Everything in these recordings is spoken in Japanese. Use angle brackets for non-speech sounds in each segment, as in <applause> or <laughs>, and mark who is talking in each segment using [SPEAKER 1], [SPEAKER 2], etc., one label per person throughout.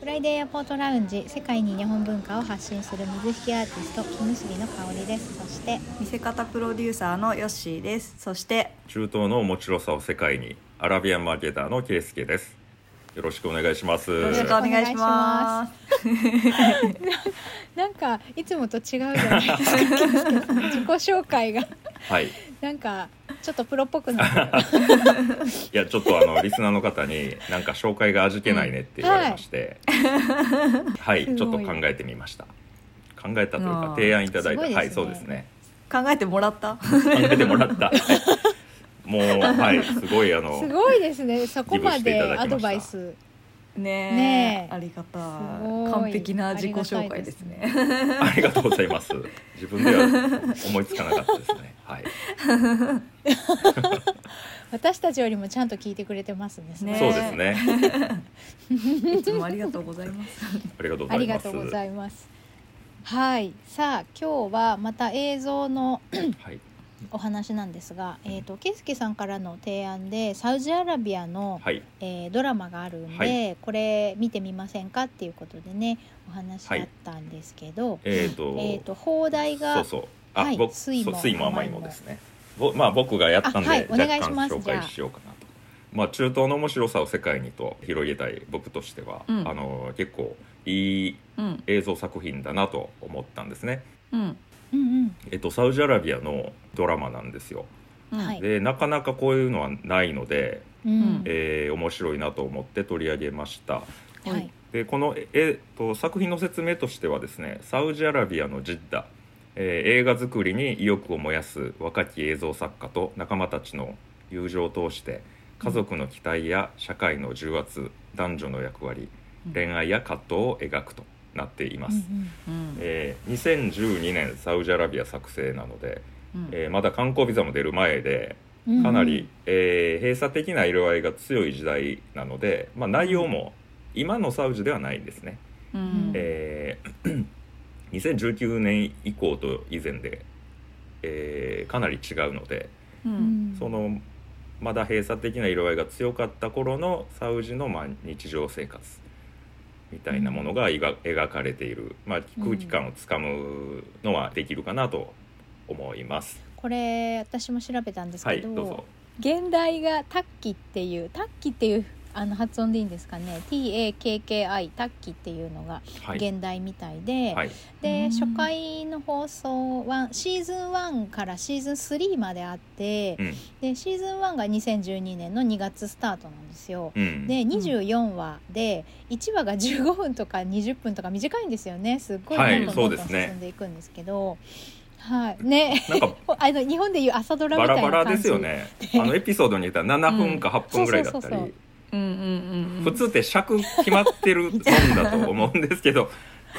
[SPEAKER 1] フライデーエアポートラウンジ世界に日本文化を発信する水引きアーティスト木結びの香りですそして
[SPEAKER 2] 見せ方プロデューサーのヨッシーですそして
[SPEAKER 3] 中東の面白さを世界にアラビアンマーケターのケイスケですよろしくお願いします
[SPEAKER 2] よろしくお願いします
[SPEAKER 1] なんかいつもと違うじゃないですかケイスケさん自己紹介 <laughs> が
[SPEAKER 3] はいい
[SPEAKER 1] なんかちょっとプロっぽくなってる
[SPEAKER 3] やちょっとあのリスナーの方になんか紹介が味気ないねって言われまして、はい、
[SPEAKER 1] すごい
[SPEAKER 3] ちょっと考えてみました考えたという
[SPEAKER 2] あ
[SPEAKER 3] か
[SPEAKER 2] ー
[SPEAKER 3] 提案いただいた
[SPEAKER 1] すごいですね
[SPEAKER 3] はいそうですね
[SPEAKER 2] 考えてもらった
[SPEAKER 3] 考えてもらったはいもうはいすごいあの
[SPEAKER 1] <laughs> すごいですねそこま
[SPEAKER 3] ギブしてい
[SPEAKER 1] で
[SPEAKER 3] ただきました
[SPEAKER 1] アドバイス
[SPEAKER 2] ねえ
[SPEAKER 1] ねえ
[SPEAKER 2] ありがたい
[SPEAKER 1] すごい
[SPEAKER 2] 完璧な自己紹介です
[SPEAKER 1] あり
[SPEAKER 2] ね
[SPEAKER 3] ありがとうございます自分では思いつかなかったですねはい
[SPEAKER 1] 私たちよりもちゃんと聞いてくれてますね
[SPEAKER 2] ね
[SPEAKER 3] そうですね
[SPEAKER 2] いつもありがとうございます
[SPEAKER 3] ありがとうご
[SPEAKER 1] あ
[SPEAKER 3] ざ
[SPEAKER 1] り
[SPEAKER 3] い
[SPEAKER 1] が
[SPEAKER 3] ま
[SPEAKER 1] と
[SPEAKER 3] す
[SPEAKER 1] うございますはいさあ今日はまた映像の
[SPEAKER 3] はい
[SPEAKER 1] お話なんですが、えー、とケイスケさんからの提案でサウジアラビアの、
[SPEAKER 3] はい
[SPEAKER 1] えードラマがあるんで、
[SPEAKER 3] は
[SPEAKER 1] これ見てみませんかっていうことでねお話あったんですけど、
[SPEAKER 3] えっ、と
[SPEAKER 1] えー、と放題
[SPEAKER 3] そ
[SPEAKER 1] が
[SPEAKER 3] うそうあ、
[SPEAKER 1] はい
[SPEAKER 3] 僕
[SPEAKER 1] 酸い
[SPEAKER 3] そう
[SPEAKER 1] も
[SPEAKER 3] 酸いも甘い
[SPEAKER 1] 甘い
[SPEAKER 3] も
[SPEAKER 1] も
[SPEAKER 3] ですねぼまあ僕がやったんで、
[SPEAKER 1] あはいお願い
[SPEAKER 3] 若
[SPEAKER 1] し
[SPEAKER 3] 干
[SPEAKER 1] ます
[SPEAKER 3] 紹介しようかなとまあ中東の面白さを世界にと広げたい僕としては、
[SPEAKER 2] うん
[SPEAKER 3] あの結構いい
[SPEAKER 2] うん
[SPEAKER 3] 映像作品だなと思ったんですね
[SPEAKER 2] うん
[SPEAKER 1] うんうん
[SPEAKER 3] えっとサウジアラビアのドラマなんですよ
[SPEAKER 2] うん
[SPEAKER 1] はい
[SPEAKER 3] でなかなかこういうのはないので、
[SPEAKER 1] うん
[SPEAKER 3] えー面白いなと思って取り上げました
[SPEAKER 1] は
[SPEAKER 2] はいい、
[SPEAKER 3] でこの、ええっと作品の説明としてはですねサウジアラビアのジッダ、えー映画作りに意欲を燃やす若き映像作家と仲間たちの友情を通して家族の期待や社会の重圧男女の役割
[SPEAKER 2] うん
[SPEAKER 3] 恋愛や葛藤を描くとなっていま
[SPEAKER 1] うん
[SPEAKER 3] す、
[SPEAKER 1] うん
[SPEAKER 2] うん
[SPEAKER 3] えー2012年サウジアラビア作成なので、
[SPEAKER 2] うん
[SPEAKER 3] えーまだ観光ビザも出る前で
[SPEAKER 1] うん
[SPEAKER 3] かなり、えー閉鎖的な色合いが強い時代なので、まあ、内容も今のサウジではないんですね。
[SPEAKER 2] うん
[SPEAKER 3] えー2019年以降と以前で、えーかなり違うので
[SPEAKER 2] う
[SPEAKER 1] うんん
[SPEAKER 3] そのまだ閉鎖的な色合いが強かった頃のサウジのまあ日常生活みたいなものが描描かれている、まあ、空気感をつかむのはできるかなと思います。
[SPEAKER 1] これ私も調べたんです
[SPEAKER 3] は
[SPEAKER 1] け
[SPEAKER 3] いど
[SPEAKER 1] ど,、
[SPEAKER 3] うぞ
[SPEAKER 1] 現代がタッキっていうタッキっていうあの発音でいいんですかね TAKKI タッキっていうのが
[SPEAKER 3] はい、
[SPEAKER 1] 現代みたいで、
[SPEAKER 3] はい
[SPEAKER 1] で
[SPEAKER 2] うん
[SPEAKER 1] 初回の放送はシーズン1からシーズン3まであって、
[SPEAKER 3] うん
[SPEAKER 1] でシーズン1が2012年の2月スタートなんですよ。
[SPEAKER 3] うん
[SPEAKER 1] で24話で1話が15分とか20分とか短いんですよねすっごい
[SPEAKER 3] はい
[SPEAKER 1] どんどんどんどん
[SPEAKER 3] そうですね
[SPEAKER 1] 進んでいくんですけど、はいね <laughs>
[SPEAKER 3] なんか
[SPEAKER 1] あの日本でいう朝ドラみ
[SPEAKER 3] バ
[SPEAKER 1] たいな
[SPEAKER 3] ラ
[SPEAKER 1] 感じ
[SPEAKER 3] バラですよねあのエピソードによっては7分か8分ぐらいだっ
[SPEAKER 1] う
[SPEAKER 3] たり。
[SPEAKER 1] んそうそうそうそう
[SPEAKER 2] うんうんうん
[SPEAKER 3] 普通って尺決まってるもんだと思うんですけ
[SPEAKER 1] <laughs>
[SPEAKER 3] ど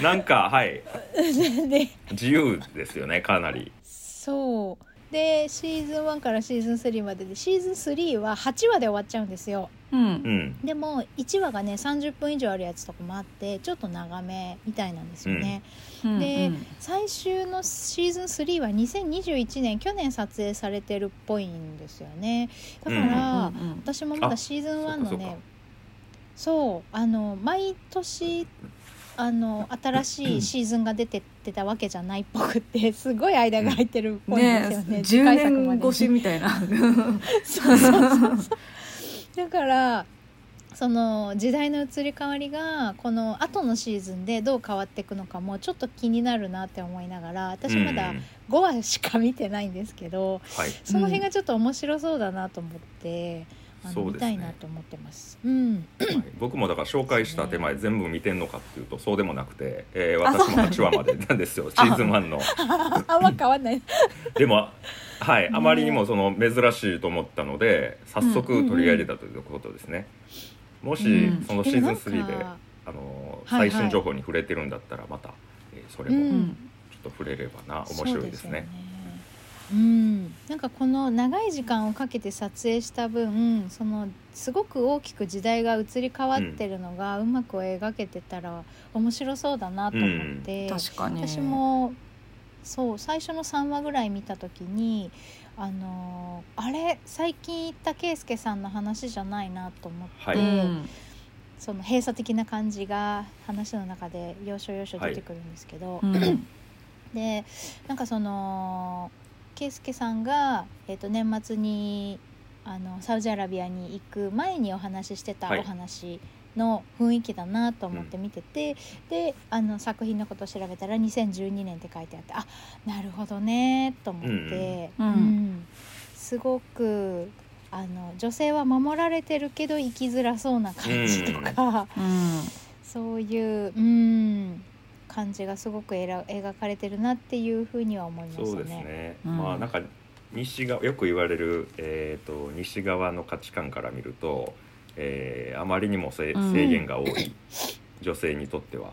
[SPEAKER 3] なんかはい
[SPEAKER 1] <laughs> で
[SPEAKER 3] 自由ですよねかなり
[SPEAKER 1] そうでシーズン1からシーズン3まででシーズン3は8話で終わっちゃうんですよ
[SPEAKER 2] う
[SPEAKER 3] うんん
[SPEAKER 1] でも1話がね30分以上あるやつとかもあってちょっと長めみたいなんですよね、
[SPEAKER 2] うん
[SPEAKER 1] で最終のシーズン3は2021年去年撮影されてるっぽいんですよねだから、
[SPEAKER 2] うんうん
[SPEAKER 1] 私もまだ
[SPEAKER 3] あ
[SPEAKER 1] シーズン1の
[SPEAKER 3] そうかそう
[SPEAKER 1] ね
[SPEAKER 3] か
[SPEAKER 1] そうあの毎年あの新しいシーズンが出てってたわけじゃないっぽくてすごい間が空いてるっぽいんですよね
[SPEAKER 2] ね
[SPEAKER 1] 次
[SPEAKER 2] 10
[SPEAKER 1] 回作ま
[SPEAKER 2] 年
[SPEAKER 1] で
[SPEAKER 2] 越しみたいな
[SPEAKER 1] そうそうそうそうだからその時代の移り変わりがこの後のシーズンでどう変わっていくのかもちょっと気になるなって思いながら私まだ
[SPEAKER 3] うん
[SPEAKER 1] 5話しか見てないんですけど、
[SPEAKER 3] はい
[SPEAKER 1] その辺がちょっと面白そうだなと思って、あの
[SPEAKER 3] そう
[SPEAKER 1] 見
[SPEAKER 3] です
[SPEAKER 1] たい
[SPEAKER 3] ね
[SPEAKER 1] なと思ってます。うん、
[SPEAKER 3] はい僕もだから紹介した手前全部見てんのかっていうとそうでもなくて、えー
[SPEAKER 2] あ
[SPEAKER 3] 私も8話までなんですよシーズン1の
[SPEAKER 1] ああんま変わんない。
[SPEAKER 3] でもは
[SPEAKER 1] ね
[SPEAKER 3] いあまりにもその珍しいと思ったので早速取り上げたということですね、もし
[SPEAKER 2] うん
[SPEAKER 3] そのシ
[SPEAKER 1] でも
[SPEAKER 3] ーズン3で、
[SPEAKER 1] なん
[SPEAKER 3] あ
[SPEAKER 1] か
[SPEAKER 3] のー
[SPEAKER 1] はいはい
[SPEAKER 3] 最新情報に触れてるんだったらまた、えーそれ
[SPEAKER 1] う
[SPEAKER 3] もちょ
[SPEAKER 1] ん
[SPEAKER 3] っと触れればな、面白いですね。
[SPEAKER 1] そうようん、なんかこの長い時間をかけて撮影した分そのすごく大きく時代が移り変わってるのがうまく描けてたら面白そうだなと思って、
[SPEAKER 2] 確かに
[SPEAKER 1] 私もそう最初の3話ぐらい見た時にあのーあれ最近言った圭介さんの話じゃないなと思って、
[SPEAKER 3] は
[SPEAKER 2] う
[SPEAKER 3] い
[SPEAKER 2] ん
[SPEAKER 1] その閉鎖的な感じが話の中で要所要所出てくるんですけど、
[SPEAKER 2] うんうん
[SPEAKER 1] でなんかその圭介さんが、えー、と年末にあのサウジアラビアに行く前にお話ししてた
[SPEAKER 3] はい
[SPEAKER 1] お話の雰囲気だなと思って見てて、であの作品のことを調べたら2012年って書いてあってあなるほどねと思って、
[SPEAKER 2] うんうん
[SPEAKER 1] うんすごくあの女性は守られてるけど生きづらそうな感じとか。
[SPEAKER 2] うん
[SPEAKER 1] そういう、うん、感じがすごくえら描かれてるなっていうふうには思いましたね。
[SPEAKER 3] そうですね、
[SPEAKER 2] うん
[SPEAKER 3] まあなんか西側よく言われる、えー、と西側の価値観から見ると、えーあまりにもせ
[SPEAKER 2] うん
[SPEAKER 3] 制限が多い、女性にとっては、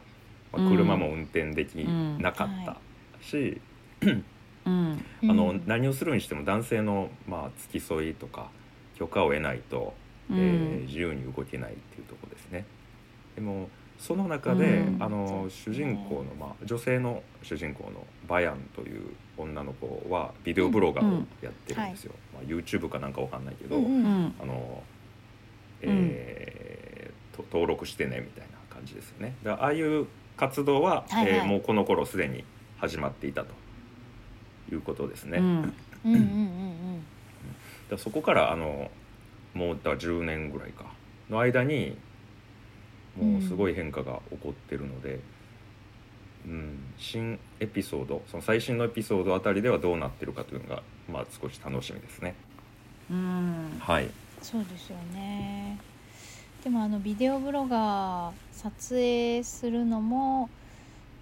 [SPEAKER 3] ま
[SPEAKER 2] う
[SPEAKER 3] あ、
[SPEAKER 2] ん
[SPEAKER 3] 車も運転できなかったし、
[SPEAKER 2] うん
[SPEAKER 1] うん
[SPEAKER 3] あの何をするにしても男性の、まあ、付き添いとか許可を得ないと、
[SPEAKER 2] う
[SPEAKER 3] えー
[SPEAKER 2] ん
[SPEAKER 3] 自由に動けないっていうところですね。でもその中で、
[SPEAKER 2] うん
[SPEAKER 3] あ
[SPEAKER 1] そう
[SPEAKER 3] の
[SPEAKER 1] です
[SPEAKER 3] 主
[SPEAKER 1] ね
[SPEAKER 3] 人公の、まあ、女性の主人公のバヤンという女の子はビデオブロガーをやってるんですよ、まあ、YouTube かなんかわかんないけど、
[SPEAKER 1] うんうん
[SPEAKER 2] うん
[SPEAKER 3] あのえーと登録してねみたいな感じですよねだからああいう活動は、
[SPEAKER 1] はいはい
[SPEAKER 3] えーもうこの頃すでに始まっていたということですね、
[SPEAKER 2] う
[SPEAKER 3] だか
[SPEAKER 2] ん
[SPEAKER 1] うんうんうん
[SPEAKER 3] らそこからあのもうだから10年ぐらいかの間にもうすごい変化が起こってるので、うん新エピソードその最新のエピソードあたりではどうなってるかというのが、まあ、少し楽しみですね。
[SPEAKER 2] うん
[SPEAKER 3] はい、
[SPEAKER 1] そうですよね。でもあのビデオブロガー撮影するのも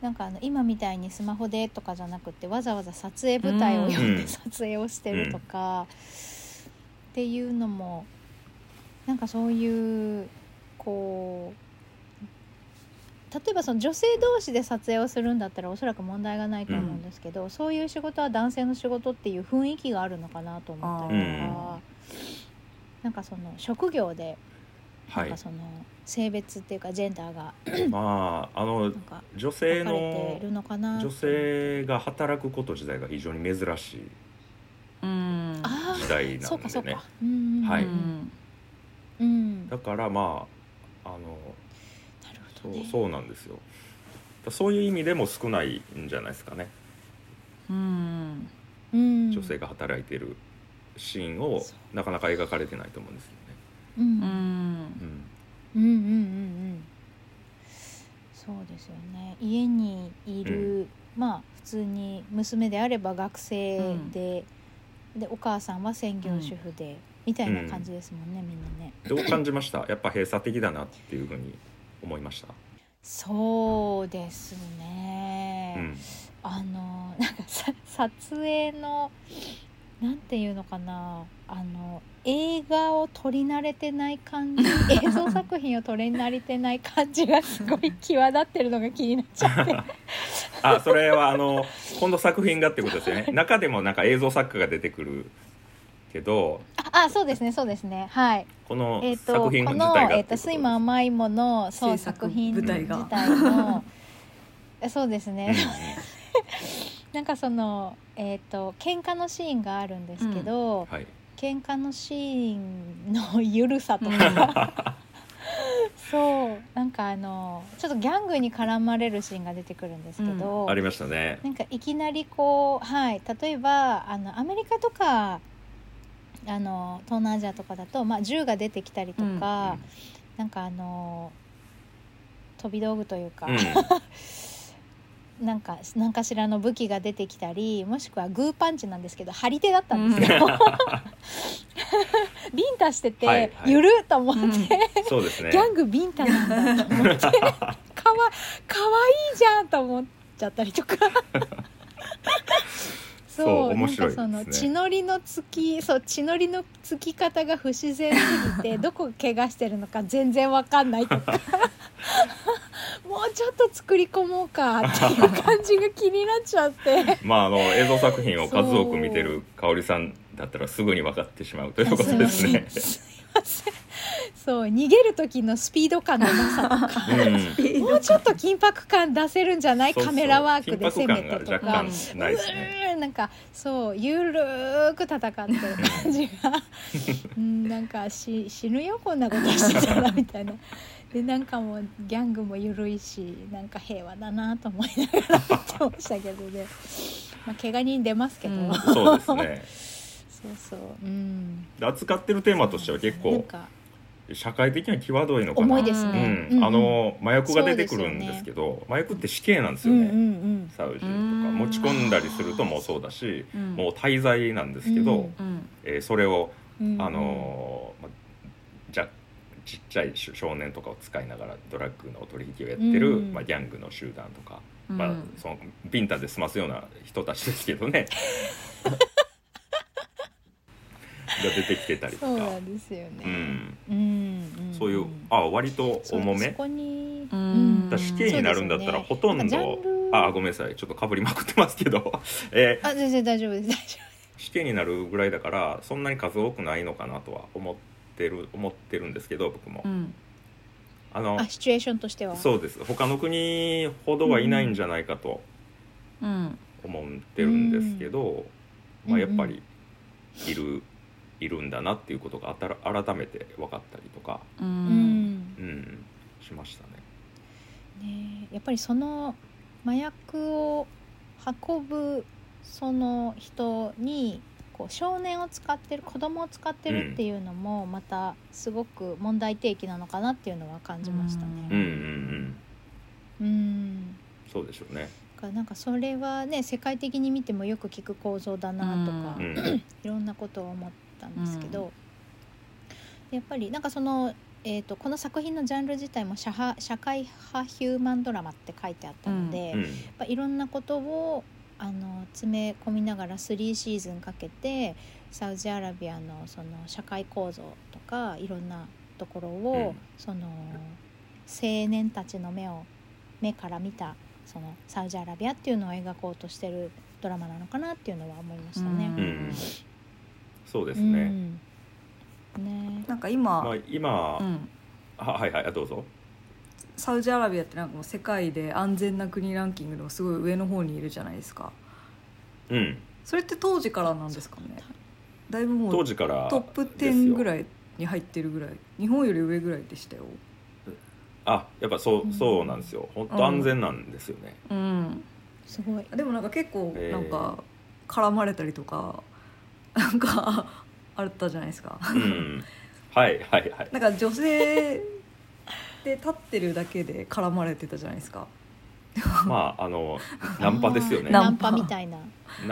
[SPEAKER 1] なんかあの今みたいにスマホでとかじゃなくてわざわざ撮影舞台を呼ん
[SPEAKER 3] う
[SPEAKER 1] で
[SPEAKER 3] ん
[SPEAKER 1] 撮影をしてるとか、っていうのもなんかそういうこう例えばその女性同士で撮影をするんだったらおそらく問題がないと思うんですけど、そういう仕事は男性の仕事っていう雰囲気があるのかなと思ったりとか、
[SPEAKER 3] あ
[SPEAKER 1] なんかその職業でな
[SPEAKER 3] は
[SPEAKER 1] ん
[SPEAKER 3] い
[SPEAKER 1] か、その性別っていうかジェンダーが
[SPEAKER 3] まああの
[SPEAKER 1] なんか
[SPEAKER 3] 女性
[SPEAKER 1] 分かれて
[SPEAKER 3] の
[SPEAKER 1] るのかなって
[SPEAKER 3] 女性が働くこと自体が非常に珍しい
[SPEAKER 2] うん
[SPEAKER 1] あ
[SPEAKER 3] 時代
[SPEAKER 1] あ
[SPEAKER 3] な
[SPEAKER 1] そうんか
[SPEAKER 3] で
[SPEAKER 1] そう
[SPEAKER 3] ね
[SPEAKER 1] か、うんうんうん
[SPEAKER 3] はい
[SPEAKER 2] うん
[SPEAKER 1] うん、な
[SPEAKER 3] だ
[SPEAKER 1] る
[SPEAKER 3] からまああのそ
[SPEAKER 1] ほど
[SPEAKER 3] う
[SPEAKER 1] ね
[SPEAKER 3] そうなんですよだそういう意味でも少ないんじゃないですかね
[SPEAKER 2] うん
[SPEAKER 1] うん、
[SPEAKER 3] 女性が働いてるシーンを
[SPEAKER 1] そ
[SPEAKER 3] なかなか描かれてないと思うんですよね。
[SPEAKER 1] うんうん
[SPEAKER 2] う
[SPEAKER 1] うんうん
[SPEAKER 2] ん
[SPEAKER 1] うんうんそうですよね家にいる、まあ普通に娘であれば学生で、でお母さんは専業主婦で、みたいな感じですもんね、みんなね
[SPEAKER 3] どう感じましたやっ <coughs> ぱ閉鎖的だなっていうふうに思いました、
[SPEAKER 1] そうですね、
[SPEAKER 3] うん
[SPEAKER 1] あのなんかさ撮影のなんていうのかなあの映画を撮り慣れてない感
[SPEAKER 3] <laughs>
[SPEAKER 1] じ映像作品を撮り慣れてない感じがすごい際立ってるのが気になっちゃって
[SPEAKER 3] <laughs> あそれはあの今度作品がってこ
[SPEAKER 1] <laughs>
[SPEAKER 3] とですよね中でもなんか映像作家が出てくるけど
[SPEAKER 1] ああそうですねそうですねはい
[SPEAKER 3] この
[SPEAKER 1] えっ、と
[SPEAKER 3] 作品
[SPEAKER 1] こ
[SPEAKER 3] 自体
[SPEAKER 1] の
[SPEAKER 3] が
[SPEAKER 1] 「えっと水も甘いもの」そう
[SPEAKER 2] 制
[SPEAKER 1] 作
[SPEAKER 2] 作
[SPEAKER 1] 品
[SPEAKER 2] 舞
[SPEAKER 1] 自
[SPEAKER 2] 台
[SPEAKER 1] 体
[SPEAKER 3] <laughs>
[SPEAKER 2] が
[SPEAKER 1] のえ <laughs> そうですね、
[SPEAKER 3] う
[SPEAKER 1] なんかそのえっ、と喧嘩のシーンがあるんですけど、
[SPEAKER 3] んはい、
[SPEAKER 1] 喧嘩のシーンのゆるさとか、そうなんかあのちょっとギャングに絡まれるシーンが出てくるんですけど、
[SPEAKER 3] ありましたね。
[SPEAKER 1] なんかいきなりこう、はい、例えばあのアメリカとかあの東南アジアとかだと、まあ、銃が出てきたりとか、なんかあの飛び道具というか、
[SPEAKER 3] うん
[SPEAKER 1] なんか何かしらの武器が出てきたりもしくはグーパンチなんですけど張り手だったんですけど、 <laughs> ビンタしてて、
[SPEAKER 3] はいはい
[SPEAKER 1] ゆるっと思って、
[SPEAKER 2] うん
[SPEAKER 1] ギ
[SPEAKER 3] そうですね。
[SPEAKER 1] ャングビンタなんだと思ってかわかわいいじゃんと思っちゃったりとか。そう
[SPEAKER 3] <laughs> そう面白いですね
[SPEAKER 1] なんかその血のりのつきそう血のりのつき方が不自然すぎてどこ怪我してるのか全然わかんないとか <laughs> もうちょっと作り込もうかっていう感じが気になっちゃって。
[SPEAKER 3] <laughs> まああの映像作品を数多く見てる香織さんだったらすぐに分かってしまうということですね。
[SPEAKER 1] すいません。そう逃げる時のスピード感のなさとか、
[SPEAKER 3] うん
[SPEAKER 1] もうちょっと緊迫感出せるんじゃない
[SPEAKER 3] そうそう
[SPEAKER 1] カメラワークで攻め
[SPEAKER 3] 緊
[SPEAKER 1] てと
[SPEAKER 3] 迫感が
[SPEAKER 1] か。
[SPEAKER 3] 若干ないですね。
[SPEAKER 1] うーんなんかそうゆるーく戦ってる感じが
[SPEAKER 3] <laughs>
[SPEAKER 1] うんなんかし死ぬよこんなことしてたらみたいなでなんかもうギャングもゆるいしなんか平和だなと思いながら見てましたけどね、まあ、怪我人出ますけど、
[SPEAKER 2] うん
[SPEAKER 1] そう
[SPEAKER 3] そうですね
[SPEAKER 1] そううん
[SPEAKER 3] で扱ってるテーマとしては結
[SPEAKER 1] なん
[SPEAKER 3] 構
[SPEAKER 1] か
[SPEAKER 3] 社会的には際どいのかな
[SPEAKER 1] 重いです
[SPEAKER 3] う
[SPEAKER 1] ね
[SPEAKER 3] ん、、
[SPEAKER 1] うんうん
[SPEAKER 3] あの麻薬が出てくるんですけど麻薬って死刑なんですよ
[SPEAKER 1] うん
[SPEAKER 3] ね、
[SPEAKER 1] うんうん
[SPEAKER 3] サウジとか
[SPEAKER 2] うん
[SPEAKER 3] 持ち込んだりするともうそうだし
[SPEAKER 2] うん
[SPEAKER 3] もう滞在なんですけど、
[SPEAKER 1] うん
[SPEAKER 2] うん
[SPEAKER 3] えーそれを、
[SPEAKER 1] うん
[SPEAKER 3] あのーまじゃちっちゃい少少年とかを使いながらドラッグの取引をやってる、
[SPEAKER 1] うん
[SPEAKER 3] まあ、ギャングの集団とか、
[SPEAKER 2] うん
[SPEAKER 3] まあ、そのビンタで済ますような人たちですけ
[SPEAKER 1] <laughs>
[SPEAKER 3] どねが出てきてたりと
[SPEAKER 1] そうな
[SPEAKER 3] か。
[SPEAKER 1] んですよね、
[SPEAKER 3] うん、
[SPEAKER 1] うんんん
[SPEAKER 3] そういうあ割と
[SPEAKER 1] そう
[SPEAKER 3] 重め
[SPEAKER 1] そこに、
[SPEAKER 2] う
[SPEAKER 1] うん
[SPEAKER 2] ん
[SPEAKER 3] だから死刑になるんだったら
[SPEAKER 1] そうですよね
[SPEAKER 3] ほとん
[SPEAKER 1] な
[SPEAKER 3] ど、
[SPEAKER 1] んかジャンル
[SPEAKER 3] あごめんなさいちょっとかぶりまくってますけど、 <laughs> えー
[SPEAKER 1] あ全然大丈夫です大丈
[SPEAKER 3] 死刑になるぐらいだからそんなに数多くないのかなとは思ってる思ってるんですけど僕も、
[SPEAKER 2] うん
[SPEAKER 3] あの
[SPEAKER 1] 夫あシチュエーションとしては
[SPEAKER 3] そうです他の国ほどはいないんじゃないかと
[SPEAKER 2] うん
[SPEAKER 3] 思ってるんですけど、
[SPEAKER 1] うん
[SPEAKER 3] まあ、やっぱりいる、いるんだなっていうことがあたら改めて分かったりとか、
[SPEAKER 2] う
[SPEAKER 1] うんん
[SPEAKER 3] うん、しましたね。
[SPEAKER 1] ねえやっぱりその麻薬を運ぶその人にこう少年を使ってる子供を使ってるっていうのもまたすごく問題提起なのかなっていうのは感じました
[SPEAKER 3] うん
[SPEAKER 1] ね。
[SPEAKER 3] うんうん
[SPEAKER 1] うん
[SPEAKER 3] そうでしょうね。
[SPEAKER 1] だからなんかそれはね世界的に見てもよく聞く構造だなとか、
[SPEAKER 2] う
[SPEAKER 3] う、
[SPEAKER 2] ん
[SPEAKER 1] いろんなことを思ったんですけど、やっぱりなんかその、えー、とこの作品のジャンル自体も社派社会派ヒューマンドラマって書いてあったので、
[SPEAKER 3] う
[SPEAKER 1] やっ
[SPEAKER 3] ん
[SPEAKER 1] ぱいろんなことをあの詰め込みながら3シーズンかけてサウジアラビアのその社会構造とかいろんなところを、
[SPEAKER 3] うん
[SPEAKER 1] その青年たちの目を目から見たそのサウジアラビアっていうのを描こうとしてるドラマなのかなっていうのは思いましたね。
[SPEAKER 2] うん
[SPEAKER 3] うんそうです
[SPEAKER 1] う
[SPEAKER 3] ね。
[SPEAKER 1] んね
[SPEAKER 2] なんか今、
[SPEAKER 3] まあ今、
[SPEAKER 2] うん、
[SPEAKER 3] ははいはいあどうぞ。
[SPEAKER 2] サウジアラビアってなんかもう世界で安全な国ランキングでもすごい上の方にいるじゃないですか
[SPEAKER 3] うん、
[SPEAKER 2] それって当時からなんですかねだいぶも
[SPEAKER 3] 当
[SPEAKER 2] う
[SPEAKER 3] 時から
[SPEAKER 2] トップ10ぐ
[SPEAKER 3] い
[SPEAKER 2] らいに入ってるぐらい日本より上ぐらいでしたよ
[SPEAKER 3] あやっぱそううんそうなんですよ本当安全なんですよね、
[SPEAKER 2] うん
[SPEAKER 1] すごい。
[SPEAKER 2] でもなんか結構
[SPEAKER 3] えー
[SPEAKER 2] なんか絡まれたりとか、なんか <laughs> あったじゃないですか
[SPEAKER 3] うんはいはいはい
[SPEAKER 2] なんか女性で立ってるだけで絡まれてたじゃないですか
[SPEAKER 3] まああのナンパですよね
[SPEAKER 1] ナ
[SPEAKER 3] ナ
[SPEAKER 1] ンパみたいな。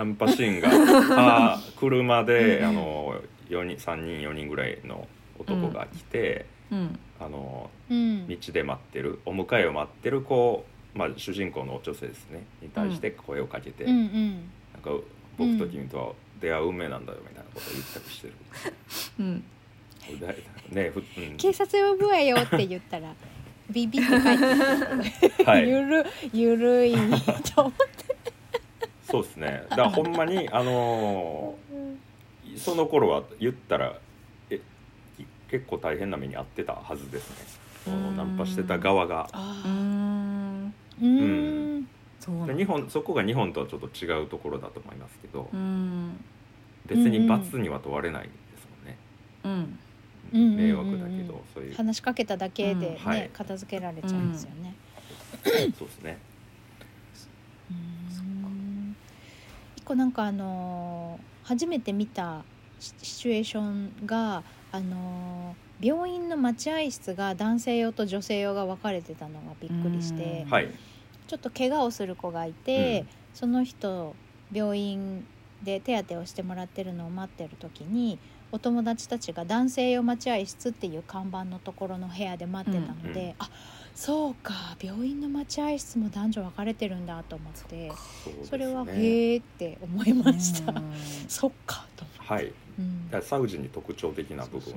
[SPEAKER 3] ンパシーンがあ車で
[SPEAKER 2] うん
[SPEAKER 3] あの4人3人4人ぐらいの男が来て、
[SPEAKER 2] うん
[SPEAKER 3] あの
[SPEAKER 1] うん。
[SPEAKER 3] 道で待ってるお迎えを待ってる子、まあ、主人公の女性ですねに対して声をかけて、
[SPEAKER 1] うんうん。
[SPEAKER 3] なんか僕と君とは出会う運命なんだよみたいなことを言ったりしてる、
[SPEAKER 2] うん
[SPEAKER 3] ねふうん
[SPEAKER 1] 警察呼ぶわよって言った <laughs> ら。ビビって帰ってくる。
[SPEAKER 3] はい
[SPEAKER 1] ゆる、ゆるい。と思
[SPEAKER 3] そうですねだからほんま
[SPEAKER 1] <laughs>
[SPEAKER 3] にあのーその頃は言ったらえき結構大変な目に遭ってたはずですねその
[SPEAKER 2] うん
[SPEAKER 3] ナンパしてた側が
[SPEAKER 1] あ
[SPEAKER 2] うーん
[SPEAKER 1] うーん。
[SPEAKER 2] そうな
[SPEAKER 3] で
[SPEAKER 2] ん
[SPEAKER 3] 日本そこが日本とはちょっと違うところだと思いますけど、
[SPEAKER 2] うん
[SPEAKER 3] 別
[SPEAKER 1] うんう
[SPEAKER 3] に
[SPEAKER 1] ん
[SPEAKER 3] 罰には問われないですもんね、
[SPEAKER 2] うん
[SPEAKER 1] うんうんうんうん
[SPEAKER 3] 迷惑だけどそういう
[SPEAKER 1] 話しかけただけで
[SPEAKER 2] うん
[SPEAKER 1] ね、
[SPEAKER 3] はい
[SPEAKER 1] 片付けられちゃうんですよね。
[SPEAKER 3] そうですね
[SPEAKER 1] うーん一個なんかあのー初めて見たシシチュエーションがあのー病院の待合室が男性用と女性用が分かれてたのがびっくりして
[SPEAKER 2] うん
[SPEAKER 3] はい
[SPEAKER 1] ちょっと怪我をする子がいて、その人病院で手当てをしてもらってるのを待ってる時にお友達たちが男性用待合室っていう看板のところの部屋で待ってたので、
[SPEAKER 3] うんうん
[SPEAKER 1] あそうか病院の待合室も男女分かれてるんだと思って。
[SPEAKER 3] そうですね
[SPEAKER 1] それはへえって思いました。
[SPEAKER 2] うん
[SPEAKER 1] そっかと思
[SPEAKER 3] はい
[SPEAKER 1] うん
[SPEAKER 3] だからサウジに特徴的な部分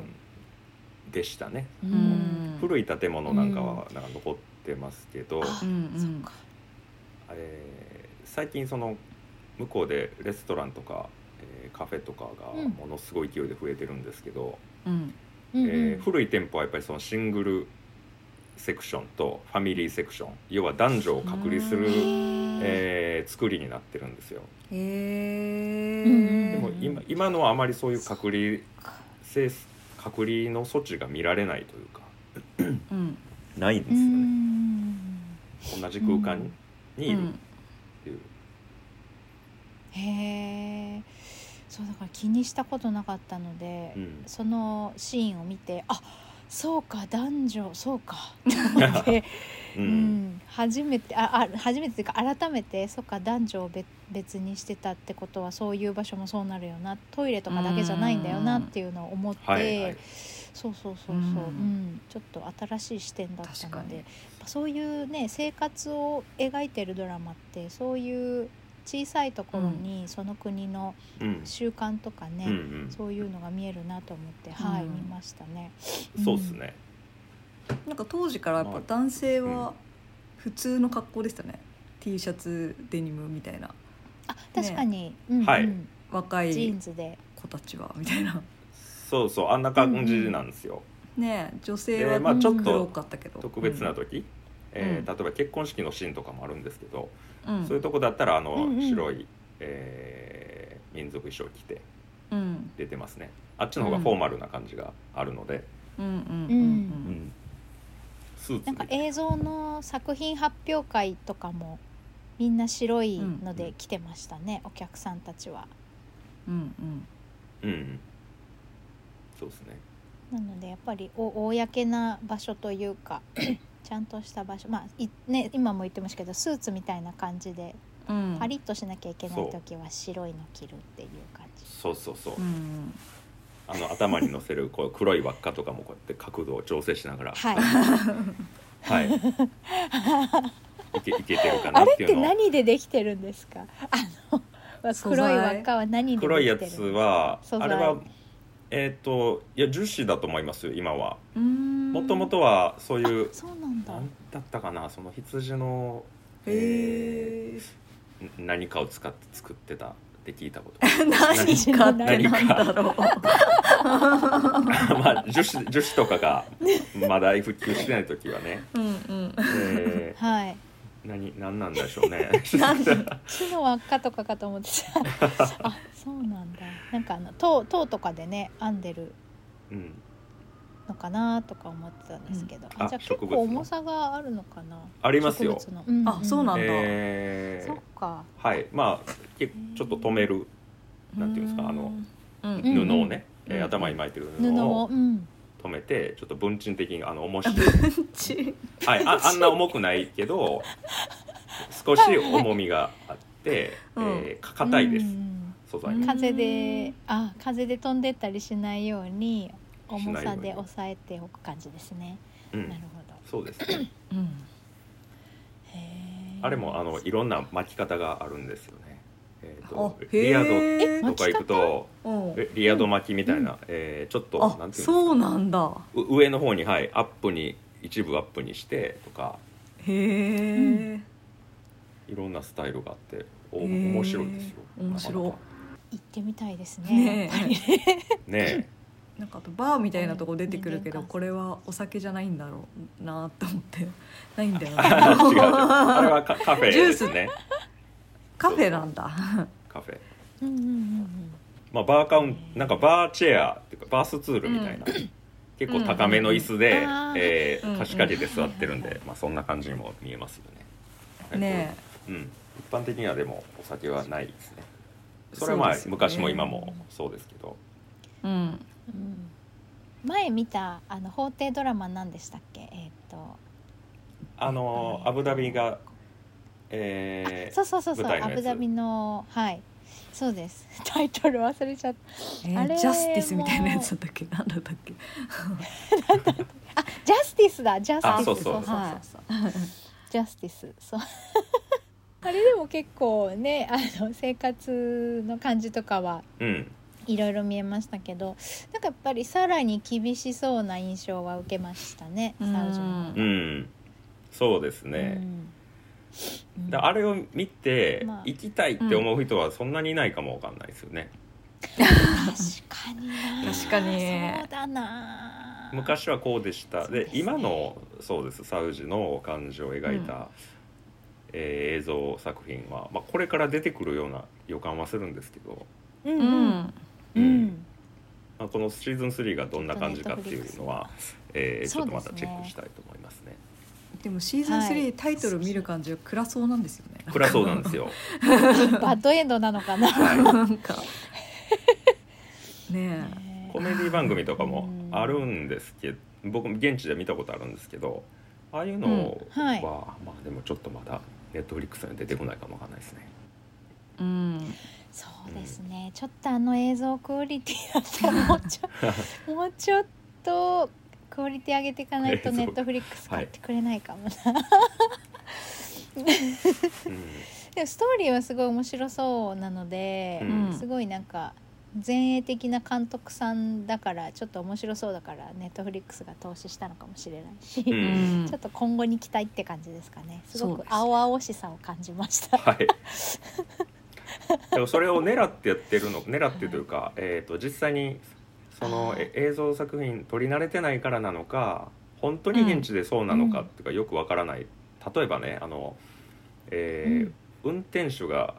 [SPEAKER 3] でしたね
[SPEAKER 1] う。
[SPEAKER 2] <laughs> うんん
[SPEAKER 3] 古い建物なんかはなんか残ってますけど、
[SPEAKER 1] あ
[SPEAKER 2] うんう
[SPEAKER 1] そっ
[SPEAKER 2] ん
[SPEAKER 1] か。
[SPEAKER 3] えー最近その向こうでレストランとか、えーカフェとかが
[SPEAKER 1] うん
[SPEAKER 3] ものすごい勢いで増えてるんですけど、
[SPEAKER 2] うん
[SPEAKER 1] うん
[SPEAKER 3] えー古い店舗はやっぱりそのシングルセクションとファミリーセクション要は男女を隔離す
[SPEAKER 1] う
[SPEAKER 3] る
[SPEAKER 1] ん
[SPEAKER 3] えー作りになってるんですよ。
[SPEAKER 2] へえ
[SPEAKER 1] うん
[SPEAKER 3] でも今今のはあまりそういう隔離政策隔離の措置が見られないというか
[SPEAKER 2] うん
[SPEAKER 3] ないんで
[SPEAKER 1] う
[SPEAKER 3] すよね。
[SPEAKER 1] ん
[SPEAKER 3] 同じ空間ににいうる
[SPEAKER 2] ん
[SPEAKER 3] っていう。
[SPEAKER 1] へえそうだから気にしたことなかったので、
[SPEAKER 3] うん
[SPEAKER 1] そのシーンを見てあそうか男女そうかと思って、
[SPEAKER 3] う
[SPEAKER 1] うんん、初めてああ初めてというか改めてそうか男女を別別にしてたってことはそういう場所もそうなるよなトイレとかだけじゃないんだよなっていうのを思って、
[SPEAKER 3] はいはい
[SPEAKER 1] そうそうそうそう、う
[SPEAKER 2] うんん
[SPEAKER 1] ちょっと新しい視点だったの
[SPEAKER 2] 確か
[SPEAKER 1] で
[SPEAKER 2] に
[SPEAKER 1] やっぱそういうね生活を描いてるドラマってそういう小さいところにその国の
[SPEAKER 3] うん
[SPEAKER 1] 習慣とかね、
[SPEAKER 3] うんうん
[SPEAKER 1] そういうのが見えるなと思って、はい
[SPEAKER 2] うん
[SPEAKER 1] 見ましたね。
[SPEAKER 3] そうですね。
[SPEAKER 2] なんか当時からやっぱ男性は普通の格好でしたね、T シャツデニムみたいな
[SPEAKER 1] あ確かに、うんうん
[SPEAKER 3] はい
[SPEAKER 2] 若
[SPEAKER 1] ジーン
[SPEAKER 2] い
[SPEAKER 1] ズで、
[SPEAKER 2] 子たちはみたいな
[SPEAKER 3] そうそうあんな感じなんですよ。
[SPEAKER 2] ねえ女性
[SPEAKER 3] で
[SPEAKER 2] は
[SPEAKER 3] まあ
[SPEAKER 1] ちょっと
[SPEAKER 2] 黒かったけど
[SPEAKER 3] 特別な時、えー
[SPEAKER 2] う
[SPEAKER 3] 例えば結婚式のシーンとかもあるんですけど、
[SPEAKER 2] うん
[SPEAKER 3] そういうとこだったらあの
[SPEAKER 1] うんうん
[SPEAKER 3] 白い、えー民族衣装着て
[SPEAKER 2] うん
[SPEAKER 3] 出てますねあっちの方がフォーマルな感じがあるので、
[SPEAKER 2] うんうんうん
[SPEAKER 1] う
[SPEAKER 2] うんん
[SPEAKER 3] スーツ
[SPEAKER 1] なんか映像の作品発表会とかもみんな白いので来てましたね、お客さんたちは。
[SPEAKER 2] うんうん
[SPEAKER 3] うんうん、そうですね
[SPEAKER 1] なのでやっぱりお公な場所という
[SPEAKER 3] <clears throat>
[SPEAKER 1] かちゃんとした場所まあいね、今も言ってましたけどスーツみたいな感じで
[SPEAKER 2] うん
[SPEAKER 1] パリッとしなきゃいけな
[SPEAKER 3] そ
[SPEAKER 1] いう時は白いの着るっていう感じ。
[SPEAKER 3] そうそうそう、
[SPEAKER 2] うん
[SPEAKER 3] あの頭に乗せるこう黒い輪っかとかもこうやって角度を調整しながら
[SPEAKER 1] はい、
[SPEAKER 3] はい
[SPEAKER 1] <laughs>
[SPEAKER 3] いけいけてるかな
[SPEAKER 1] あ
[SPEAKER 3] っ
[SPEAKER 1] れ
[SPEAKER 3] て
[SPEAKER 1] っ
[SPEAKER 3] い
[SPEAKER 1] て
[SPEAKER 3] うのを
[SPEAKER 1] 何でできてるんですか <laughs> あの
[SPEAKER 2] 素
[SPEAKER 1] 黒
[SPEAKER 2] 材
[SPEAKER 1] い輪っかは何でできてる
[SPEAKER 3] 黒いや
[SPEAKER 1] んです
[SPEAKER 3] つ
[SPEAKER 1] か
[SPEAKER 3] は
[SPEAKER 1] 素材
[SPEAKER 3] あれはえっ、といや樹脂だと思いますよ今は
[SPEAKER 2] うん
[SPEAKER 3] もともとはそういう
[SPEAKER 1] あそうなんだ
[SPEAKER 3] 何だったかなその羊の、え
[SPEAKER 2] へえ
[SPEAKER 3] ーん何かを使って作ってたって聞いたこと <laughs>
[SPEAKER 2] 何かってなんだろう
[SPEAKER 3] まあ樹脂樹脂とかがまだ普及してない時はね、
[SPEAKER 2] うんうん
[SPEAKER 3] え
[SPEAKER 1] はい
[SPEAKER 3] ー、何何なんでしょうね
[SPEAKER 1] 木の輪っかとかかと思ってたあそうなんだなんかあの塔塔とかでね編んでる
[SPEAKER 3] <laughs> うん、
[SPEAKER 1] のかなとか思ってたんですけど、
[SPEAKER 3] ん
[SPEAKER 1] あ
[SPEAKER 3] あ
[SPEAKER 1] じゃあ結
[SPEAKER 3] 植物の
[SPEAKER 1] 構重さがあるのかな
[SPEAKER 3] ありますよ
[SPEAKER 1] 植物のうんうん
[SPEAKER 2] あそうなんだ
[SPEAKER 3] え
[SPEAKER 1] そっ
[SPEAKER 3] ー、
[SPEAKER 1] か
[SPEAKER 3] はいまあけちょっと止めるなんていうんですかあの
[SPEAKER 2] うん
[SPEAKER 3] 布をね、
[SPEAKER 2] うん
[SPEAKER 3] え
[SPEAKER 2] うん
[SPEAKER 3] ー頭に巻いてる
[SPEAKER 1] 布
[SPEAKER 3] 布
[SPEAKER 1] を
[SPEAKER 3] を
[SPEAKER 1] うん
[SPEAKER 3] 止めてちょっと文鎮的にあの重し
[SPEAKER 2] ち
[SPEAKER 3] はい、ああんな重くないけど少し重みがあって、
[SPEAKER 2] うん
[SPEAKER 3] えーか硬いです、
[SPEAKER 1] うん
[SPEAKER 3] 素材
[SPEAKER 2] うん
[SPEAKER 3] が、
[SPEAKER 1] 風であ風で飛んでったりしないように重さで抑えておく感じですね
[SPEAKER 3] うん
[SPEAKER 1] なるほど
[SPEAKER 3] そうですね
[SPEAKER 2] うん
[SPEAKER 1] へえ
[SPEAKER 3] あれもあのいろんな巻き方があるんですよね、えー、と
[SPEAKER 2] あ
[SPEAKER 3] リヤ
[SPEAKER 2] へーえ
[SPEAKER 3] ドとか行くと
[SPEAKER 2] うん
[SPEAKER 3] えリヤド巻きみたいな、えーちょっと
[SPEAKER 2] あ
[SPEAKER 3] なんていうん
[SPEAKER 2] そうなんだ
[SPEAKER 3] ですかう上の方に、はい、アップに一部アップにしてとか
[SPEAKER 2] へえ、
[SPEAKER 1] うん
[SPEAKER 3] いろんなスタイルがあってお
[SPEAKER 2] へー
[SPEAKER 3] 面白いですよ
[SPEAKER 2] 面白い
[SPEAKER 3] なか
[SPEAKER 1] 行ってみたいですね
[SPEAKER 2] ね
[SPEAKER 1] やっぱ
[SPEAKER 2] <laughs>
[SPEAKER 1] り
[SPEAKER 2] え
[SPEAKER 3] なかね
[SPEAKER 2] なんかあとバーみたいなとこ出てくるけ
[SPEAKER 1] う
[SPEAKER 2] ど
[SPEAKER 1] ん
[SPEAKER 2] これはお酒じゃないんだろうなと思って <laughs> ないんだよ
[SPEAKER 3] え
[SPEAKER 2] <laughs>
[SPEAKER 3] <laughs> 違う違う
[SPEAKER 2] な
[SPEAKER 3] あれはカカフェですね
[SPEAKER 2] カフェなんだ
[SPEAKER 3] カフェ
[SPEAKER 1] うんうんうん
[SPEAKER 3] まあ、バーカウンなんかバーチェアっていうかバースツールみたいな、結構高めの椅子
[SPEAKER 1] う
[SPEAKER 3] で、
[SPEAKER 1] んあー
[SPEAKER 3] えー
[SPEAKER 2] うんうん
[SPEAKER 3] 貸し掛けて座ってるんで、まあ、そんな感じにも見えますよね。
[SPEAKER 2] ね
[SPEAKER 3] え、うん、一般的にはでもお酒はないですね。
[SPEAKER 2] え
[SPEAKER 3] それはまあ、
[SPEAKER 2] そうですよね
[SPEAKER 3] 昔も今もそうですけど
[SPEAKER 2] うん
[SPEAKER 1] うんうん前見たあの法廷ドラマ何でしたっけえーっと
[SPEAKER 3] あのーアブダビが、えー
[SPEAKER 1] そうそうそうそう
[SPEAKER 3] 舞台の
[SPEAKER 1] ア
[SPEAKER 3] やつ
[SPEAKER 1] ブダビのはいそうです <laughs> タイトル忘れちゃっ
[SPEAKER 2] えー
[SPEAKER 1] あれも
[SPEAKER 2] ジャスティスみたいなやつだったっ <laughs> けなんだったっけ
[SPEAKER 1] たあジャスティスだジャスティス
[SPEAKER 3] あそうそうそうそう
[SPEAKER 1] はいジャスティスそうあれでも結構ねあの生活の感じとかは
[SPEAKER 3] うん
[SPEAKER 1] いろいろ見えましたけどなんかやっぱりさらに厳しそうな印象は受けましたねサ
[SPEAKER 2] うん
[SPEAKER 1] ウジの方が
[SPEAKER 3] うんそうですね。
[SPEAKER 1] うん
[SPEAKER 3] だあれを見て、
[SPEAKER 1] まあ
[SPEAKER 3] 行きたいって思う人はそんなにいないかもわかんないですよね。
[SPEAKER 1] 確かにな
[SPEAKER 2] 確かに
[SPEAKER 1] そうだな
[SPEAKER 3] 昔はこうでした
[SPEAKER 1] そうで
[SPEAKER 3] です
[SPEAKER 1] ね
[SPEAKER 3] 今のそうですサウジの感じを描いた、えー映像作品は、まあ、これから出てくるような予感はするんですけど、
[SPEAKER 1] うん
[SPEAKER 2] う
[SPEAKER 1] うん
[SPEAKER 2] ん
[SPEAKER 1] うん
[SPEAKER 3] まあ、このシーズン3がどんな感じかっていうのは、えーちょっとまたチェックしたいと思いますね。
[SPEAKER 2] でもシーズン3、
[SPEAKER 1] はい
[SPEAKER 2] タイトル見る感じは暗そうなんですよね
[SPEAKER 3] 暗そうなんですよ。 <laughs>
[SPEAKER 1] バッドエンドなのかな。
[SPEAKER 3] は
[SPEAKER 2] なんか <laughs> ねえ
[SPEAKER 3] い、
[SPEAKER 1] ね
[SPEAKER 3] コメディ番組とかも
[SPEAKER 1] うん
[SPEAKER 3] あるんですけど僕も現地で見たことあるんですけどああいうのは、
[SPEAKER 1] うんはい
[SPEAKER 3] まあでもちょっとまだネットフリックスには出てこないかもわかんないですね。
[SPEAKER 2] うん
[SPEAKER 1] そうですね、ちょっとあの映像クオリティだったらもうちょもうちょっとクオリティ上げていかないと
[SPEAKER 3] 映像
[SPEAKER 1] ネットフリックス買ってくれないかもな、
[SPEAKER 3] <laughs> うん
[SPEAKER 1] でもストーリーはすごい面白そうなので、
[SPEAKER 3] うん
[SPEAKER 1] すごいなんか前衛的な監督さんだからちょっと面白そうだからネットフリックスが投資したのかもしれないし、
[SPEAKER 3] う
[SPEAKER 2] うんん
[SPEAKER 1] ちょっと今後に期待って感じですかねすご
[SPEAKER 2] そ
[SPEAKER 1] く
[SPEAKER 2] うですね
[SPEAKER 1] 青々しさを感じま
[SPEAKER 3] <laughs>
[SPEAKER 1] した。
[SPEAKER 3] はい。でもそれを狙ってやってるの狙ってというか、えっ、と実際にその
[SPEAKER 1] あー
[SPEAKER 3] え映像作品撮り慣れてないからなのか本当に現地でそうなのか
[SPEAKER 1] うん
[SPEAKER 3] っていうかよくわからない。例えばねあの、えー運転手が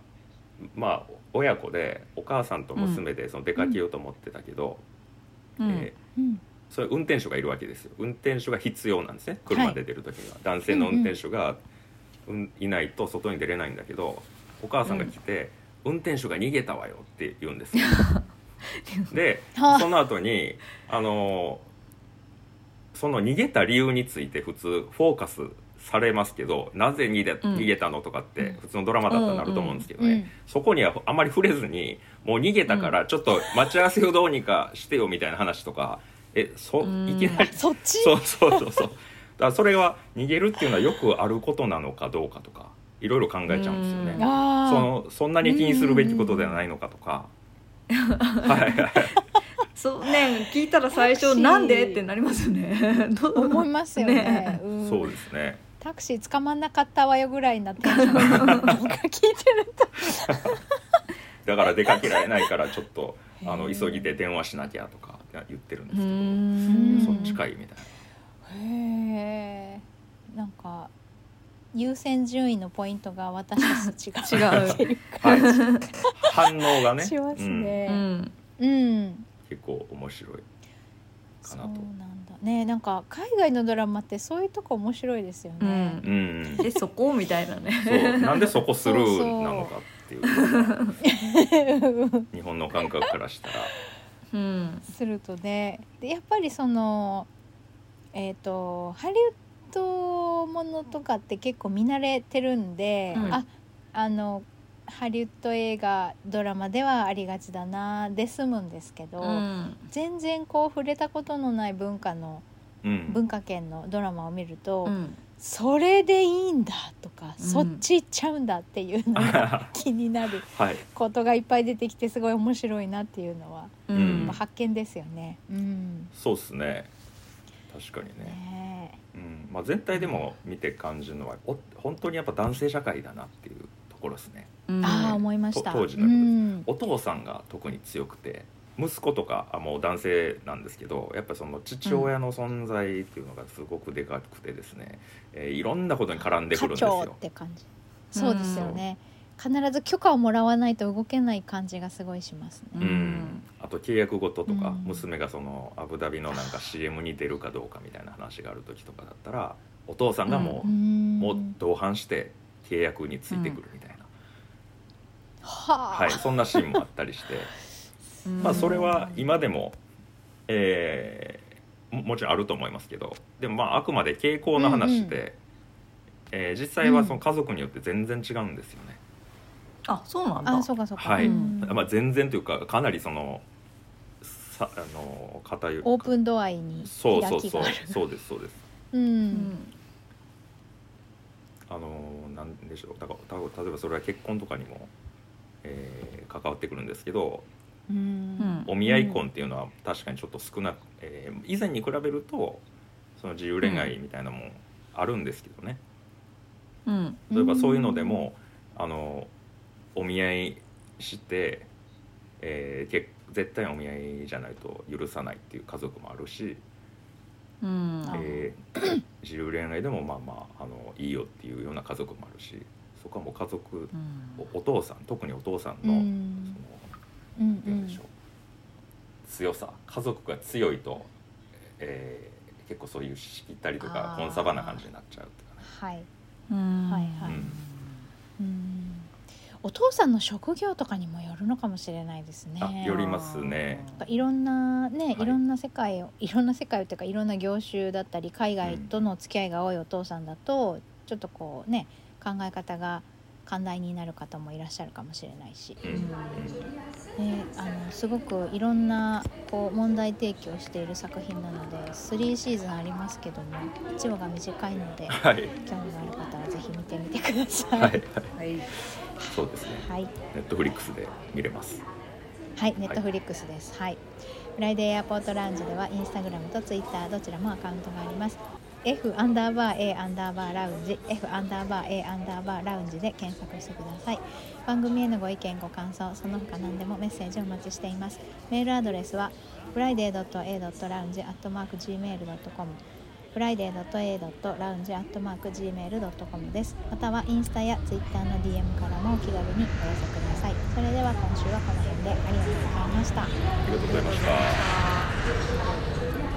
[SPEAKER 3] まあ親子でお母さんと娘でその出かけようと思ってたけど、
[SPEAKER 2] うん
[SPEAKER 3] えー
[SPEAKER 1] うん
[SPEAKER 3] それ運転手がいるわけですよ運転手が必要なんですね車で出る時には、男性の運転手が、うんいないと外に出れないんだけどお母さんが来て、運転手が逃げたわよって言うんですよで
[SPEAKER 1] はあ
[SPEAKER 3] その後にあのーその逃げた理由について普通フォーカスされますけどなぜ逃げ,、
[SPEAKER 2] ん
[SPEAKER 3] 逃げたのとかって
[SPEAKER 1] うん
[SPEAKER 3] 普通のドラマだったらなると思うんですけどね、
[SPEAKER 1] うんうん
[SPEAKER 3] そこにはあまり触れずにもう逃げたからちょっと待ち合わせをどうにかしてよみたいな話とかえそ
[SPEAKER 2] うん
[SPEAKER 3] いきなり
[SPEAKER 1] そっち
[SPEAKER 3] そうそうそうそうだからそれは逃げるっていうのはよくあることなのかどうかとかいろいろ考えちゃうんですよ
[SPEAKER 2] う
[SPEAKER 3] ね
[SPEAKER 2] ん
[SPEAKER 1] あー
[SPEAKER 3] そのそんなに気にするべきことではないのかとかはいはい
[SPEAKER 2] そうね聞いたら最
[SPEAKER 1] タク
[SPEAKER 2] 初
[SPEAKER 1] シー
[SPEAKER 2] なんでってなりますよね <laughs> どう
[SPEAKER 1] 思いますよね
[SPEAKER 2] ね
[SPEAKER 1] うん
[SPEAKER 3] そうですね
[SPEAKER 1] タクシー捕まんなかったわよぐらいなテンションでなんか聞いてると
[SPEAKER 3] だから出かけられないからちょっとあ
[SPEAKER 1] へ
[SPEAKER 3] の
[SPEAKER 1] ー
[SPEAKER 3] 急ぎで電話しなきゃとか言ってるんで
[SPEAKER 2] う
[SPEAKER 3] すけ
[SPEAKER 2] ん
[SPEAKER 3] どそっちかいみたいな
[SPEAKER 1] へえんか優先順位のポイントが私たちと違う
[SPEAKER 2] 違う
[SPEAKER 1] っていう
[SPEAKER 3] <laughs> はい
[SPEAKER 1] 感じ <laughs> が
[SPEAKER 3] 反応がね
[SPEAKER 1] します
[SPEAKER 3] うん
[SPEAKER 2] う
[SPEAKER 1] ね。
[SPEAKER 2] ん
[SPEAKER 1] うん、
[SPEAKER 3] 結構面白い
[SPEAKER 1] そ
[SPEAKER 3] か
[SPEAKER 1] う
[SPEAKER 3] な
[SPEAKER 1] な
[SPEAKER 3] と
[SPEAKER 1] んだねなんか海外のドラマってそういうとこ面白いですよね。
[SPEAKER 2] うん
[SPEAKER 3] うんうん
[SPEAKER 2] でそこみたいなね
[SPEAKER 3] そうなんでそこスルーなのかっていう
[SPEAKER 1] <laughs>
[SPEAKER 3] 日本の感覚からしたら
[SPEAKER 2] うん
[SPEAKER 1] するとねでやっぱりそのえっ、とハリウッドものとかって結構見慣れてるんで、
[SPEAKER 2] うん
[SPEAKER 1] ああのハリウッド映画ドラマではありがちだなで済むんですけど、
[SPEAKER 2] うん
[SPEAKER 1] 全然こう触れたことのない文化の
[SPEAKER 3] うん
[SPEAKER 1] 文化圏のドラマを見ると、
[SPEAKER 2] うん
[SPEAKER 1] それでいいんだとか、
[SPEAKER 2] うん
[SPEAKER 1] そっち行っちゃうんだっていうの
[SPEAKER 2] <laughs>
[SPEAKER 1] が気になる
[SPEAKER 3] はい
[SPEAKER 1] ことがいっぱい出てきてすごい面白いなっていうのは、
[SPEAKER 2] う
[SPEAKER 1] やっ
[SPEAKER 2] ん
[SPEAKER 1] ぱ発見ですよね。うん
[SPEAKER 3] そうっすね確かにね、
[SPEAKER 1] ね
[SPEAKER 3] うんまあ、全体でも見て感じるのはお本当にやっぱ男性社会だなっていうところですね
[SPEAKER 2] うん
[SPEAKER 1] ああ思いました。
[SPEAKER 3] と当時
[SPEAKER 1] う
[SPEAKER 3] のことです
[SPEAKER 1] ん、
[SPEAKER 3] お父さんが特に強くて息子とかあもう男性なんですけどやっぱその父親の存在っていうのがすごくでかくてですね、えーいろんなことに絡んでくる
[SPEAKER 1] 課
[SPEAKER 3] んです
[SPEAKER 1] 長
[SPEAKER 3] よ
[SPEAKER 1] っ。て感じ。そうですよね。必ず許可をもらわないと動けない感じがすごいします
[SPEAKER 3] う
[SPEAKER 1] ね。
[SPEAKER 3] ん、あと契約ごととか、
[SPEAKER 1] うん
[SPEAKER 3] 娘がそのアブダビのなんか CM に出るかどうかみたいな話がある時とかだったらお父さんがもう、
[SPEAKER 1] ん
[SPEAKER 3] もう同伴して契約についてくるみたいな、
[SPEAKER 1] はあ、
[SPEAKER 3] はい、そんなシーンもあったりして、
[SPEAKER 2] うん
[SPEAKER 3] まあ、それは今でも、えーももちろんあると思いますけどでもまああくまで傾向の話で、
[SPEAKER 1] う
[SPEAKER 3] えー実際はその家族によって全然違うんですよね。
[SPEAKER 2] あそうなんだ
[SPEAKER 1] あそうかそうか。
[SPEAKER 3] はい
[SPEAKER 1] うん
[SPEAKER 3] まあ、全然というかかなりそのさあの偏り
[SPEAKER 1] オープンドアに
[SPEAKER 3] そうそ
[SPEAKER 1] 開
[SPEAKER 3] う
[SPEAKER 1] き
[SPEAKER 3] そ
[SPEAKER 1] が
[SPEAKER 3] う
[SPEAKER 1] ある。
[SPEAKER 3] そうですそうです
[SPEAKER 1] う。
[SPEAKER 2] うんん
[SPEAKER 3] あのーなんでしょうだからた例えばそれは結婚とかにも、えー関わってくるんですけど
[SPEAKER 1] う
[SPEAKER 2] うん
[SPEAKER 1] ん。
[SPEAKER 3] お見合い婚っていうのは確かにちょっと少なく、えー以前に比べるとその自由恋愛みたいなのもんあるんですけどね、
[SPEAKER 2] うん
[SPEAKER 3] 例えばそういうのでも、あのお見合いして、えーけ絶対お見合いじゃないと許さないっていう家族もあるし、
[SPEAKER 2] うん
[SPEAKER 1] あ
[SPEAKER 3] えー自由恋愛でもまあまああのいいよっていうような家族もあるしそこはもう家族
[SPEAKER 2] うん
[SPEAKER 3] おお父さん特にお父さん
[SPEAKER 1] う
[SPEAKER 3] の、
[SPEAKER 1] んうんう
[SPEAKER 3] そのなん
[SPEAKER 1] ん
[SPEAKER 3] でしょう、強さ家族が強いと、えー結構そういうしきったりとか
[SPEAKER 2] あー
[SPEAKER 3] コンサバな感じになっちゃうとかね
[SPEAKER 1] はい
[SPEAKER 2] うん
[SPEAKER 1] はいはい
[SPEAKER 3] うん
[SPEAKER 1] うんお父さんの職業とかにもよるのかもしれないですね。
[SPEAKER 3] あよりますね
[SPEAKER 1] なんかいろんなね、
[SPEAKER 3] はい
[SPEAKER 1] いろんな世界をいろんな世界というかいろんな業種だったり海外との付き合いが多いお父さんだと、ちょっとこうね考え方が寛大になる方もいらっしゃるかもしれないし、
[SPEAKER 3] う
[SPEAKER 1] ね、
[SPEAKER 3] んうん
[SPEAKER 1] あのすごくいろんなこう問題提起をしている作品なので3シーズンありますけども1話が短いので
[SPEAKER 3] はい
[SPEAKER 1] 興味のある方はぜひ見てみてください。
[SPEAKER 3] はいはい
[SPEAKER 2] はい
[SPEAKER 3] そうですね
[SPEAKER 1] はい
[SPEAKER 3] ネットフリックスで見れます
[SPEAKER 1] はい、ネットフリックスです。はい。フライデーエアポートラウンジではインスタグラムとツイッターどちらもアカウントがあります。F アンダーバー A アンダーバーラウンジ F アンダーバー A アンダーバーラウンジで検索してください番組へのご意見ご感想その他何でもメッセージをお待ちしていますメールアドレスは friday.a.lounge.gmail.com friday.a.lounge.gmail.com ですまたはインスタやツイッターの DM からもお気軽にお寄せくださいそれでは今週はこの辺でありがとうございました
[SPEAKER 3] ありがとうございました